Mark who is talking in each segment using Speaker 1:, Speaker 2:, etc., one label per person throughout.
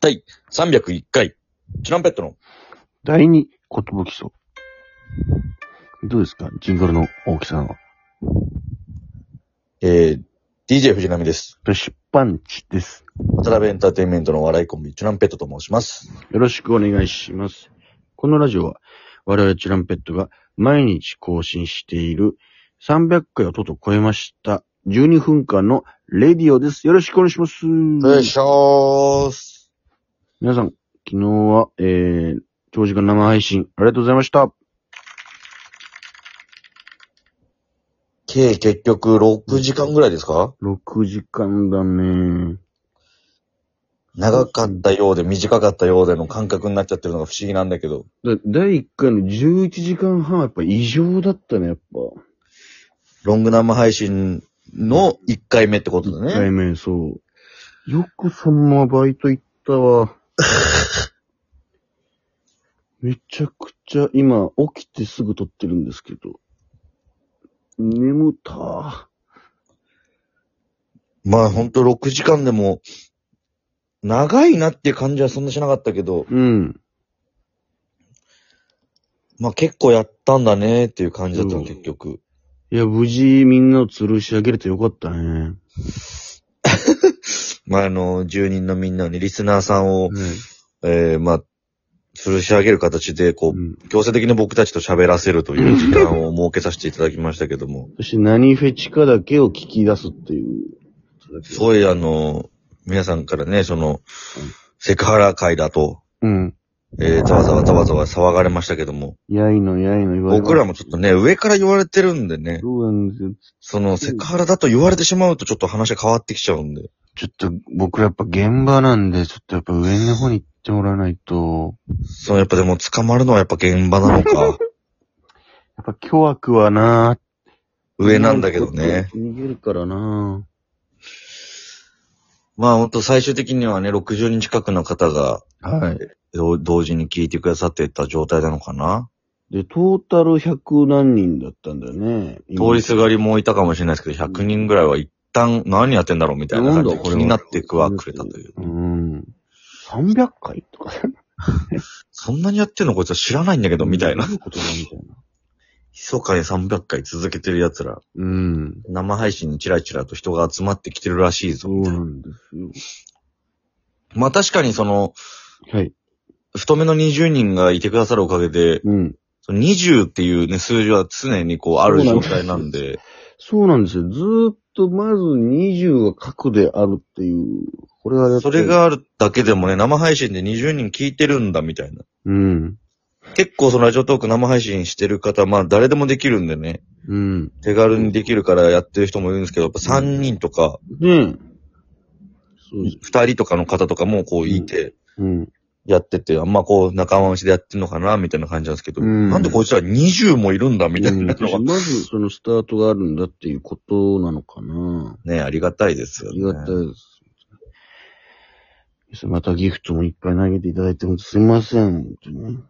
Speaker 1: 第301回、チュランペットの、
Speaker 2: 第二ことぶきそ。どうですかジングルの大きさは。
Speaker 1: えー、DJ 藤波です。
Speaker 2: プッシュパンチです。
Speaker 1: 渡辺エンターテインメントのお笑いコンビ、チュランペットと申します。
Speaker 2: よろしくお願いします。このラジオは、我々チュランペットが毎日更新している300回をとうとう超えました。12分間のレディオです。よろしくお願いします。
Speaker 1: よいしょーす。
Speaker 2: 皆さん、昨日は、えー、長時間生配信ありがとうございました。
Speaker 1: 計結局6時間ぐらいですか
Speaker 2: 6時間だね。
Speaker 1: 長かったようで短かったようでの感覚になっちゃってるのが不思議なんだけど。
Speaker 2: だ第1回の11時間半はやっぱ異常だったね、やっぱ。
Speaker 1: ロング生配信の1回目ってことだ
Speaker 2: 一回
Speaker 1: ね。
Speaker 2: 目、そう。よくそんなバイト行った わ。めちゃくちゃ、今、起きてすぐ撮ってるんですけど。眠た。
Speaker 1: まあほんと6時間でも、長いなっていう感じはそんなしなかったけど、
Speaker 2: うん。
Speaker 1: まあ結構やったんだねっていう感じだった
Speaker 2: う
Speaker 1: の
Speaker 2: ん
Speaker 1: 結局。
Speaker 2: いや、無事みんなを吊るし上げれてよかったね。
Speaker 1: まああの、住人のみんなにリスナーさんを、
Speaker 2: はい
Speaker 1: えー、まあ、吊るし上げる形で、こ
Speaker 2: うん
Speaker 1: う、強制的に僕たちと喋らせると いう時間を設けさせていただきましたけども、
Speaker 2: そして何フェチかだけを聞き出すっていう。
Speaker 1: すごいあの、皆さんからね、その、セクハラ会だと、
Speaker 2: うん。
Speaker 1: えー、ざわざわざわざわ騒がれましたけども、
Speaker 2: やいのやいの言われ
Speaker 1: 僕らもちょっとね、上から言われてるんでね、
Speaker 2: そうなんですよ。
Speaker 1: その、セクハラだと言われてしまうとちょっと話が変わってきちゃうんで、
Speaker 2: ちょっと、僕らやっぱ現場なんで、ちょっとやっぱ上の方に行ってもらわないと、
Speaker 1: そのやっぱでも捕まるのはやっぱ現場なの か、
Speaker 2: やっぱ巨悪はな
Speaker 1: 上なんだけどね。。
Speaker 2: 逃げるからな
Speaker 1: まあ本当最終的にはね、60人近くの方が、
Speaker 2: はい。
Speaker 1: 同同時に聞いてくださってた状態なのかな
Speaker 2: で、トータル100何人だったんだよね。
Speaker 1: 通りすがりもいたかもしれないですけど、100人ぐらいは一旦何やってんだろうみたいな感じで
Speaker 2: なんだこれ
Speaker 1: 気
Speaker 2: は
Speaker 1: になってくわくれたという。
Speaker 2: うん。300回とか。
Speaker 1: そんなにやってんのこいつは知らないんだけど、みたいな
Speaker 2: どう。うことだみたいな。
Speaker 1: 密かに300回続けてる奴ら、
Speaker 2: うん。
Speaker 1: 生配信にチラチラと人が集まってきてるらしいぞ
Speaker 2: そう。なんですよ。
Speaker 1: まあ確かにその、
Speaker 2: はい。
Speaker 1: 太めの20人がいてくださるおかげで、
Speaker 2: うん。
Speaker 1: その20っていうね、数字は常にこうある状態なんで、
Speaker 2: そうなんですよ。ずーっとまず20が核であるっていう。これはやっぱ
Speaker 1: それ、があるだけでもね、生配信で20人聞いてるんだみたいな。
Speaker 2: うん。
Speaker 1: 結構そのラジオトーク生配信してる方、まあ誰でもできるんでね、
Speaker 2: うん。
Speaker 1: 手軽にできるからやってる人もいるんですけど、やっぱ3人とか
Speaker 2: ねえ。そうです。
Speaker 1: 2人とかの方とかもこういて、
Speaker 2: うん。
Speaker 1: やってて、あんまこう仲間内でやってんのかな、みたいな感じなんですけど、
Speaker 2: うん
Speaker 1: なんでこいつら20もいるんだ、みたいなの
Speaker 2: う
Speaker 1: は
Speaker 2: んまずそのスタートがあるんだっていうことなのかな。
Speaker 1: ね、ありがたいです
Speaker 2: あ
Speaker 1: よ
Speaker 2: りがた
Speaker 1: ね。
Speaker 2: いです。またギフトもいっぱい投げていただいてもすいません。本当にね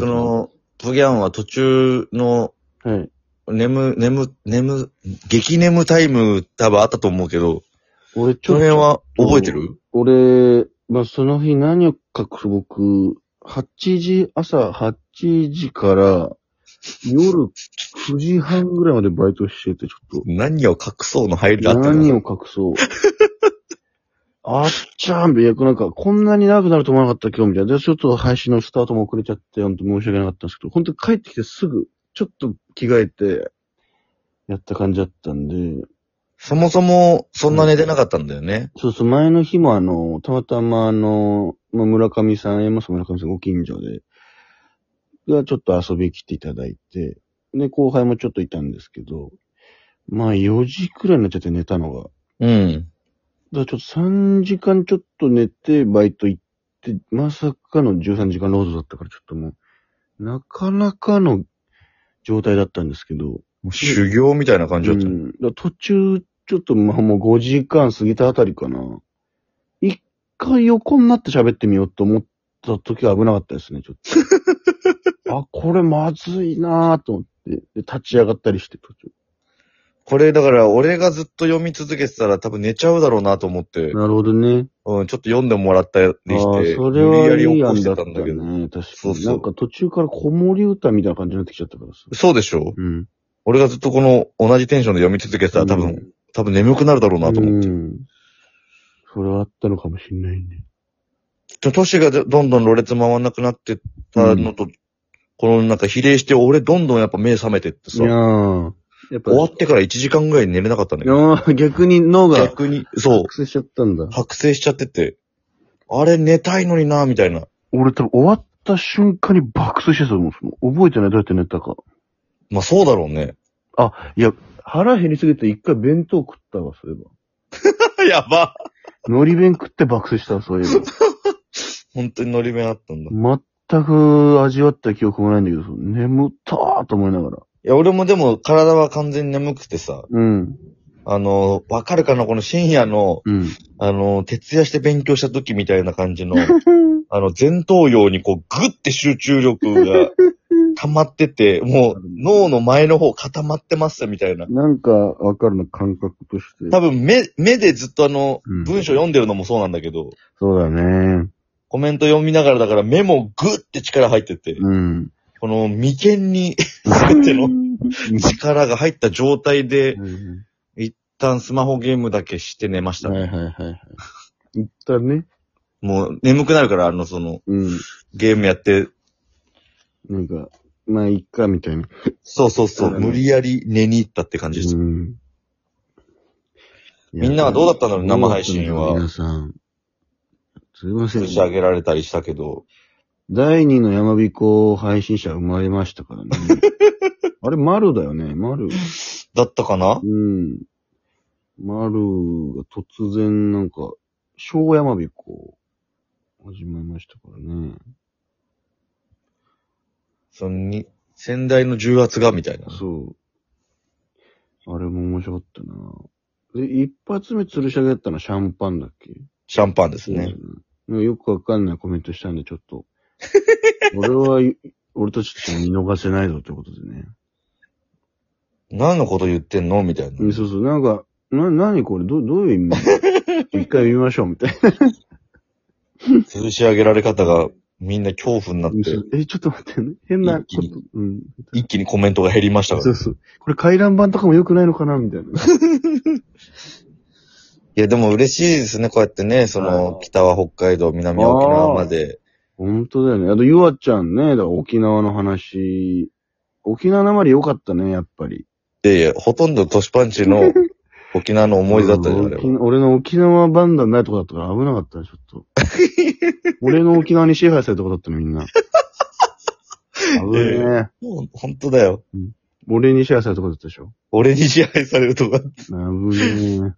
Speaker 1: そ、の、トギャンは途中の
Speaker 2: はい。
Speaker 1: 眠、眠、眠、激眠タイム多分あったと思うけど、
Speaker 2: 俺、ち
Speaker 1: その
Speaker 2: ょっ
Speaker 1: 辺
Speaker 2: と、
Speaker 1: は覚えてる
Speaker 2: 俺、まあ、その日何を書く僕、8時、朝8時から夜9時半ぐらいまでバイトしてて、ちょっと、
Speaker 1: 何を隠そうの入りだった
Speaker 2: 何を
Speaker 1: の
Speaker 2: 隠そう。あっちゃーん、いや、なんか、こんなに長くなると思わなかった今日みたいな。で、ちょっと配信のスタートも遅れちゃって、ほんと申し訳なかったんですけど、本当に帰ってきてすぐ、ちょっと着替えて、やった感じだったんで、
Speaker 1: そもそも、そんな寝てなかったんだよね。
Speaker 2: そうそう、前の日もあの、たまたまあの、まあ、村上さん、山下村上さんご近所で、がちょっと遊びに来ていただいて、で、後輩もちょっといたんですけど、まあ4時くらいになっちゃって寝たのが、
Speaker 1: うん。
Speaker 2: だからちょっと3時間ちょっと寝て、バイト行って、まさかの13時間労働だったから、ちょっともう、なかなかの状態だったんですけど、
Speaker 1: 修行みたいな感じ
Speaker 2: う
Speaker 1: だった。
Speaker 2: ん、だから途中、ちょっとまあもう5時間過ぎたあたりかな。一回横になって喋ってみようと思った時は危なかったですね、ちょっ と。あ、これまずいなぁと思って、で立ち上がったりして途中。
Speaker 1: これだから俺がずっと読み続けてたら多分寝ちゃうだろうなと思って、
Speaker 2: なるほどね。
Speaker 1: うん、ちょっと読んでもらったり
Speaker 2: ああ
Speaker 1: して、
Speaker 2: ー、それは
Speaker 1: 無理や
Speaker 2: い
Speaker 1: り
Speaker 2: い
Speaker 1: 起こ
Speaker 2: 案
Speaker 1: し
Speaker 2: だ
Speaker 1: て
Speaker 2: った
Speaker 1: たんだけど。
Speaker 2: ね。確かに。
Speaker 1: そうそう
Speaker 2: なんか途中から子守歌みたいな感じになってきちゃったからさ。
Speaker 1: そうでしょ
Speaker 2: うん。
Speaker 1: 俺がずっとこの同じテンションで読み続けてたら多分、
Speaker 2: うん
Speaker 1: 多分眠くなるだろうなと思って。
Speaker 2: うん。それはあったのかもしれないね。
Speaker 1: で都市がどどんどんろれつ回んなくなってったのと、このなんか比例して俺どんどんやっぱ目覚めてって
Speaker 2: い
Speaker 1: さ、
Speaker 2: や
Speaker 1: 終
Speaker 2: ー。やっぱ、
Speaker 1: わってから1時間ぐらい寝れなかったんだけど、
Speaker 2: あー逆に脳が
Speaker 1: 逆に、そう、
Speaker 2: 覚醒しちゃったんだ。
Speaker 1: 覚醒しちゃってて、あれ寝たいのにな、みたいな。
Speaker 2: 俺多分終わった瞬間に爆睡してたと思う。その覚えてないどうやって寝たか。
Speaker 1: まあそうだろうね。
Speaker 2: いや、腹減りすぎて一回弁当食ったわ、そういえば。
Speaker 1: やば。
Speaker 2: 海苔弁食って爆睡したわ、そういえば。
Speaker 1: 本当にノリ弁あったんだ。い
Speaker 2: 全く味わった記憶もないんだけど、その眠ったーと思いながら。
Speaker 1: や、俺もでも体は完全に眠くてさ、
Speaker 2: うん。
Speaker 1: あの、わかるかなこの深夜の、
Speaker 2: うん。
Speaker 1: あの、徹夜して勉強した時みたいな感じの、あの、前頭葉にこう、ぐって集中力が溜まってて、もう脳の前の方固まってますみたいな。
Speaker 2: なんかわかるの感覚として。
Speaker 1: 多分目、目でずっとあの
Speaker 2: うん、
Speaker 1: 文章読んでるのもそうなんだけど、
Speaker 2: そうだね。
Speaker 1: コメント読みながらだから目もぐって力入ってて、
Speaker 2: うん。
Speaker 1: この眉間に全ての力が入った状態で、
Speaker 2: うん
Speaker 1: 一旦スマホゲームだけして寝ました
Speaker 2: はい
Speaker 1: ね。
Speaker 2: はいはいはい。言ったね。
Speaker 1: もう眠くなるから、あの、その、
Speaker 2: うん。
Speaker 1: ゲームやって、
Speaker 2: なんか、まあ、いっか、みたいな。
Speaker 1: そうそうそう、
Speaker 2: うん
Speaker 1: 無理やり寝に行ったって感じです。
Speaker 2: うん。
Speaker 1: みんなはどうだったんだろう生配信は
Speaker 2: 皆さん。すいません
Speaker 1: 吊る。し上げられたりしたけど、
Speaker 2: 第2の山彦配信者生まれましたから ね。あれ、丸だよね、丸。
Speaker 1: だったかな
Speaker 2: うん。丸が突然なんか、小山彦始まりましたからね。
Speaker 1: そのに、先代の重圧がみたいな。
Speaker 2: そう。あれも面白かったな。で、一発目吊るし上げだったのはシャンパンだっけ
Speaker 1: シャンパンですね。
Speaker 2: うん。よくわかんないコメントしたんで、ちょっ と。俺は、俺たちって見逃せないぞってことでね。
Speaker 1: 何のこと言ってんのみたいな。
Speaker 2: うんそうそう、なんか、な、なにこれ、ど、どう いう意味一回見ましょう、みたいな。
Speaker 1: 吊るし上げられ方がみんな恐怖になって、
Speaker 2: え、ちょっと待ってね。変なこ
Speaker 1: 一気
Speaker 2: と。うん。
Speaker 1: 一気にコメントが減りましたか
Speaker 2: そ
Speaker 1: ら。
Speaker 2: う
Speaker 1: い
Speaker 2: そう。これ回覧板とかも良くないのかな、みたいな。
Speaker 1: や、でも嬉しいですね、こうやってね、そ
Speaker 2: は
Speaker 1: の、
Speaker 2: い
Speaker 1: 北は北海道、南は沖縄まで。
Speaker 2: 本当だよね。あと、ゆあちゃんね、だから沖縄の話。沖縄なまり良かったね、やっぱり。
Speaker 1: で、ほとんど都市パンチ の沖縄の思い出だったじゃん、あれ
Speaker 2: 沖
Speaker 1: は。
Speaker 2: 俺の沖縄バンダにないとこだったから危なかったね、ちょっと。 俺の沖縄に支配されたとこだったの、みんな。危ねえ。
Speaker 1: もう本当だよ。
Speaker 2: 俺に支配されたとこだったでしょ。
Speaker 1: 俺に支配されるとか。
Speaker 2: 危ね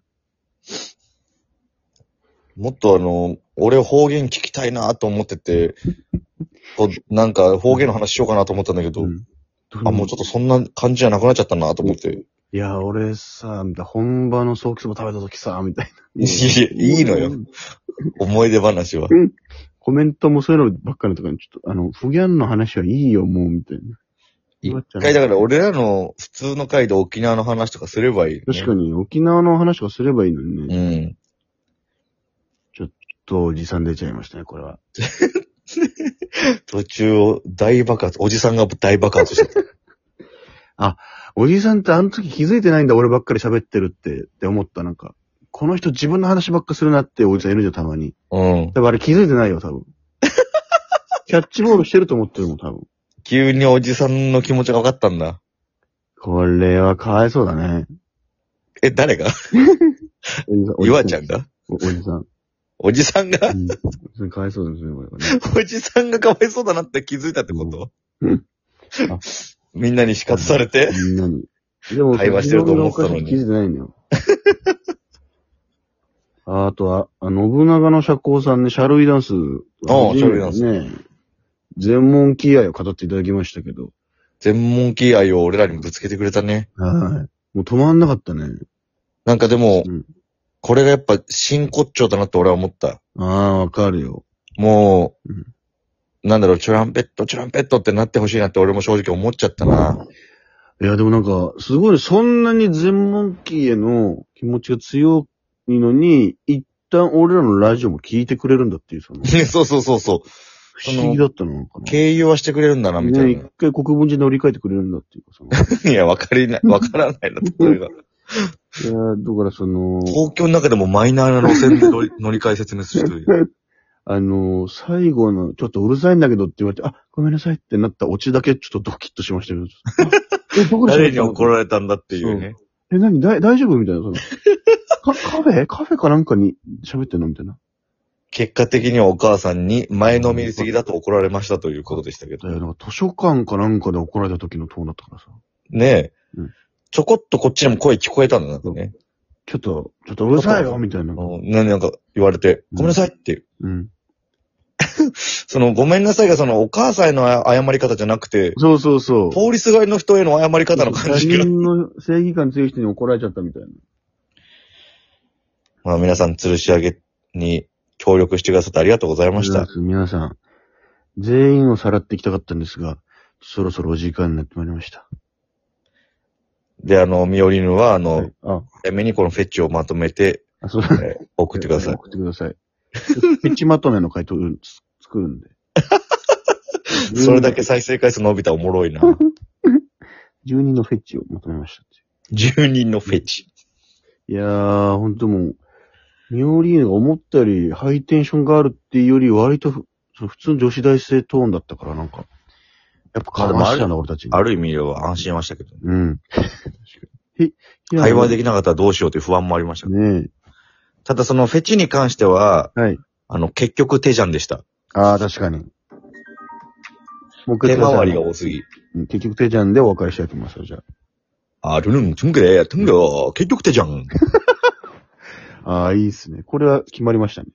Speaker 1: もっとあの、俺方言聞きたいなと思ってて、こうなんか方言の話しようかなと思ったんだけ
Speaker 2: え。
Speaker 1: ど、
Speaker 2: ん
Speaker 1: あ、もうちょっとそんな感じじゃなくなっちゃったなと思って。
Speaker 2: いや、俺さ、みたいな本場のソーキそば食べた時さ、みたい
Speaker 1: い
Speaker 2: な。
Speaker 1: やいやいいのよ。思い出話は。
Speaker 2: コメントもそういうのばっかりとかに、ちょっと、あの、フギャンの話はいいよ、もう、みたいな。
Speaker 1: 一回だから俺らの普通の回で沖縄の話とかすればいい、ね。
Speaker 2: 確かに、沖縄の話をすればいいのにね。
Speaker 1: うん。
Speaker 2: ちょっと、おじさん出ちゃいましたね、これは。
Speaker 1: 途中を大爆発、おじさんが大爆発してた。
Speaker 2: おじさんってあの時気づいてないんだ、俺ばっかり喋ってるって、って思った、なんか。この人自分の話ばっかするなっておじさんいるじゃん、たまに。
Speaker 1: うん。
Speaker 2: 多分あれ気づいてないよ、多 分。キャッチボールしてると思ってるもん、多分。
Speaker 1: 急におじさんの気持ちが分かったんだ。
Speaker 2: これはかわいそうだね。
Speaker 1: え、誰が
Speaker 2: い
Speaker 1: ゆわちゃんが
Speaker 2: おおじさん。
Speaker 1: おじさんが
Speaker 2: うんそれかわいそうですね、これはね。
Speaker 1: おじさんがかわいそうだなって気づいたってこと、
Speaker 2: うん うんあ
Speaker 1: みんなに仕方されて、
Speaker 2: みんなに。でも、
Speaker 1: 会話してると思ってたのに
Speaker 2: 気づいてないのよ。 ああとは、あ信長の社交さんね、シャルイダンス。
Speaker 1: ああシャルイダンス
Speaker 2: ね。全問気合を語っていただきましたけど。
Speaker 1: 全問気合を俺らにぶつけてくれたね。
Speaker 2: はい。もう止まんなかったね。
Speaker 1: なんかでも、
Speaker 2: うん
Speaker 1: これがやっぱ真骨頂だなって俺は思った。
Speaker 2: ああ、わかるよ。
Speaker 1: もう、
Speaker 2: うん
Speaker 1: なんだろう、チュランペット、チュランペットってなってほしいなって俺も正直思っちゃったな。
Speaker 2: いや、でもなんか、すごいね、そんなに全問キーへの気持ちが強いのに、一旦俺らのラジオも聞いてくれるんだっていう、その、
Speaker 1: ね、そうそうそう そう。
Speaker 2: 不思議だったのなんかな。
Speaker 1: 経由はしてくれるんだな、みた
Speaker 2: ね
Speaker 1: いな
Speaker 2: 一。回国分寺乗り換えてくれるんだっていうか、その、
Speaker 1: いや、わかりない、わからないな、それ が。
Speaker 2: いやー、だからその、
Speaker 1: 東京の中でもマイナーな路線で乗り乗り換え説明するという。
Speaker 2: あのー最後の、ちょっとうるさいんだけどって言われて、あ、ごめんなさいってなったオチだけちょっとドキッとし ましたけど。え、僕ら
Speaker 1: 誰に怒
Speaker 2: れ
Speaker 1: られたんだっていうね。
Speaker 2: え、何だい大丈夫みたいな。そのかカフェカフェかなんかに喋ってんのみたいな。
Speaker 1: 結果的にはお母さんに前飲みすぎだと怒られましたということでしたけ
Speaker 2: だよ、
Speaker 1: ど。
Speaker 2: なんか図書館かなんかで怒られた時のトーンだったからさ。
Speaker 1: ねえ
Speaker 2: うん。
Speaker 1: ちょこっとこっちにも声聞こえたんだなんかね。
Speaker 2: ちょっと、ちょっとうるさいよみたいな。
Speaker 1: うんななんか言われて、ごめんなさいって。
Speaker 2: うん。
Speaker 1: そのごめんなさいがそのお母さんへの謝り方じゃなくて、
Speaker 2: そうそうそう。
Speaker 1: 通りすがりの人への謝り方の感
Speaker 2: 他
Speaker 1: じが。
Speaker 2: 人の正義感強い人に怒られちゃったみたいな。
Speaker 1: まあ皆さん、吊るし上げに協力してくださってありがとうございました。
Speaker 2: 皆さん、全員をさらっていきたかったんですが、そろそろお時間になってまいりました。
Speaker 1: で、あの、ミオリヌは、あの、
Speaker 2: はいあ、
Speaker 1: 早めにこのフェチをまとめて、
Speaker 2: あ、そう。
Speaker 1: えー送ってください。。
Speaker 2: 送ってください。ピッチまとめの回答をつ作るんで
Speaker 1: それだけ再生回数伸びたらおもろい な。
Speaker 2: 10人のフェッチをまとめましたって
Speaker 1: 10人のフェチ。
Speaker 2: いう。いやー、ほんともう、ミオリーヌが思ったよりハイテンションがあるっていうより、割とふその普通の女子大生トーンだったから、なんか、やっぱ絡ましてたな、俺たち。
Speaker 1: ある意味では安心しましたけど、ね、
Speaker 2: うん。ひ
Speaker 1: 会話で
Speaker 2: き
Speaker 1: きなかったらどうしようという不安もありましたけど。
Speaker 2: ねえ。
Speaker 1: ただそのフェチに関しては、
Speaker 2: はい
Speaker 1: あの、結局手じゃんでした。
Speaker 2: ああ、確かに。もう一
Speaker 1: 手
Speaker 2: ください
Speaker 1: 回りが多すぎ。
Speaker 2: うん結局、手じゃんでお別れしたいと思いますよ、じゃあ。
Speaker 1: あるるん、つんぐれ、つんぐれ、結局手じゃん。
Speaker 2: ああ、いいっすね。これは決まりましたね。